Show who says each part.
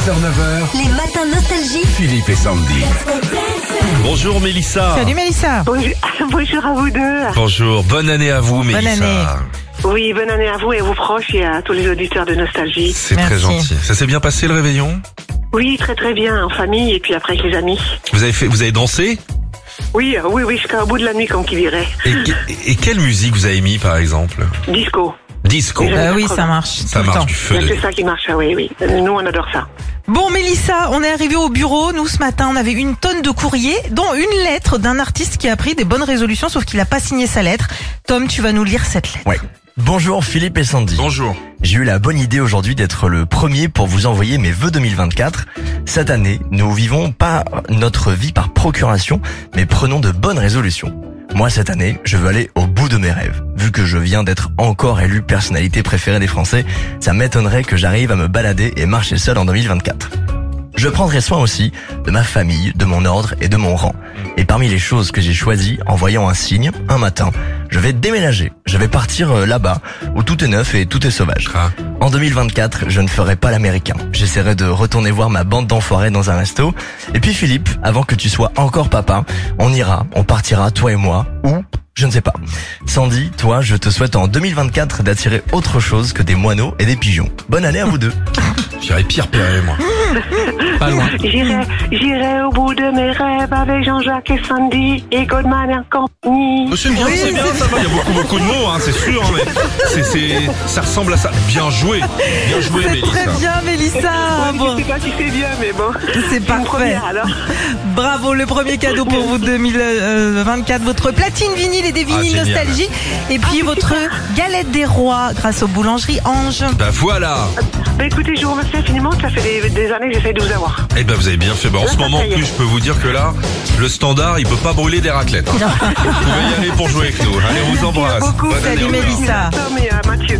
Speaker 1: 6h-9h,
Speaker 2: Les matins nostalgiques.
Speaker 1: Philippe et Sandy.
Speaker 3: Bonjour Mélissa.
Speaker 4: Salut Mélissa.
Speaker 5: Bonjour, bonjour à vous deux.
Speaker 3: Bonjour, bonne année à vous Mélissa.
Speaker 4: année.
Speaker 5: Oui, bonne année à vous et à vos proches et à tous les auditeurs de Nostalgie.
Speaker 3: C'est très
Speaker 4: Merci.
Speaker 3: gentil. Ça s'est bien passé le réveillon
Speaker 5: Oui, très très bien, en famille et puis après avec les amis.
Speaker 3: Vous avez fait vous avez dansé
Speaker 5: Oui, euh, oui, oui, jusqu'au bout de la nuit, comme qui dirait.
Speaker 3: et, que- et quelle musique vous avez mis par exemple
Speaker 5: Disco.
Speaker 3: Disco.
Speaker 5: Oui.
Speaker 4: Bah oui, ça marche.
Speaker 3: Ça
Speaker 4: tout le
Speaker 3: marche
Speaker 4: temps.
Speaker 3: du feu de
Speaker 5: C'est ça qui marche, ah oui, oui. Nous, on adore ça.
Speaker 4: Bon, Mélissa, on est arrivé au bureau. Nous, ce matin, on avait une tonne de courriers, dont une lettre d'un artiste qui a pris des bonnes résolutions, sauf qu'il n'a pas signé sa lettre. Tom, tu vas nous lire cette lettre.
Speaker 6: Ouais. Bonjour Philippe et Sandy.
Speaker 3: Bonjour.
Speaker 6: J'ai eu la bonne idée aujourd'hui d'être le premier pour vous envoyer mes vœux 2024. Cette année, nous vivons pas notre vie par procuration, mais prenons de bonnes résolutions. Moi, cette année, je veux aller au bout de mes rêves. Vu que je viens d'être encore élu personnalité préférée des Français, ça m'étonnerait que j'arrive à me balader et marcher seul en 2024. Je prendrai soin aussi de ma famille, de mon ordre et de mon rang. Et parmi les choses que j'ai choisies en voyant un signe, un matin, je vais déménager. Je vais partir euh, là-bas, où tout est neuf et tout est sauvage.
Speaker 3: Ah.
Speaker 6: En 2024, je ne ferai pas l'américain. J'essaierai de retourner voir ma bande d'enfoirés dans un resto. Et puis Philippe, avant que tu sois encore papa, on ira, on partira, toi et moi, ou je ne sais pas. Sandy, toi, je te souhaite en 2024 d'attirer autre chose que des moineaux et des pigeons. Bonne année à vous deux.
Speaker 3: J'irais pire Perret moi. pas loin.
Speaker 5: J'irai, j'irai au bout de mes rêves avec Jean-Jacques et Sandy et Goldman et compagnie.
Speaker 3: C'est bien, c'est bien, ça va. Il y a beaucoup beaucoup de mots hein, c'est sûr mais c'est c'est ça ressemble à ça. Bien joué. Bien joué
Speaker 4: C'est
Speaker 3: Mélissa.
Speaker 4: très bien, Mélissa.
Speaker 5: Ouais,
Speaker 4: Ah, Bon,
Speaker 5: Je sais pas si c'est bien, mais bon.
Speaker 4: c'est
Speaker 5: Une
Speaker 4: parfait.
Speaker 5: première, alors.
Speaker 4: Bravo, le premier cadeau pour vous 2024, votre platine vinyle et des vinyles
Speaker 3: Ah, génial. Ah.
Speaker 4: nostalgie, et puis votre galette des rois grâce aux boulangeries Ange.
Speaker 3: Bah voilà.
Speaker 5: Bah, écoutez, je vous remercie infiniment. Ça fait des, des années que j'essaie de vous avoir.
Speaker 3: Eh ben vous avez bien fait. Bah, en ce moment en plus je peux vous dire que là le standard il peut pas brûler des raclettes. hein. vous pouvez y aller pour jouer avec nous. Allez on vous embrasse.
Speaker 4: beaucoup.
Speaker 3: Bonne année
Speaker 4: Salut,
Speaker 3: encore.
Speaker 4: Mélissa. Ça.
Speaker 5: Tom et euh, Mathieu.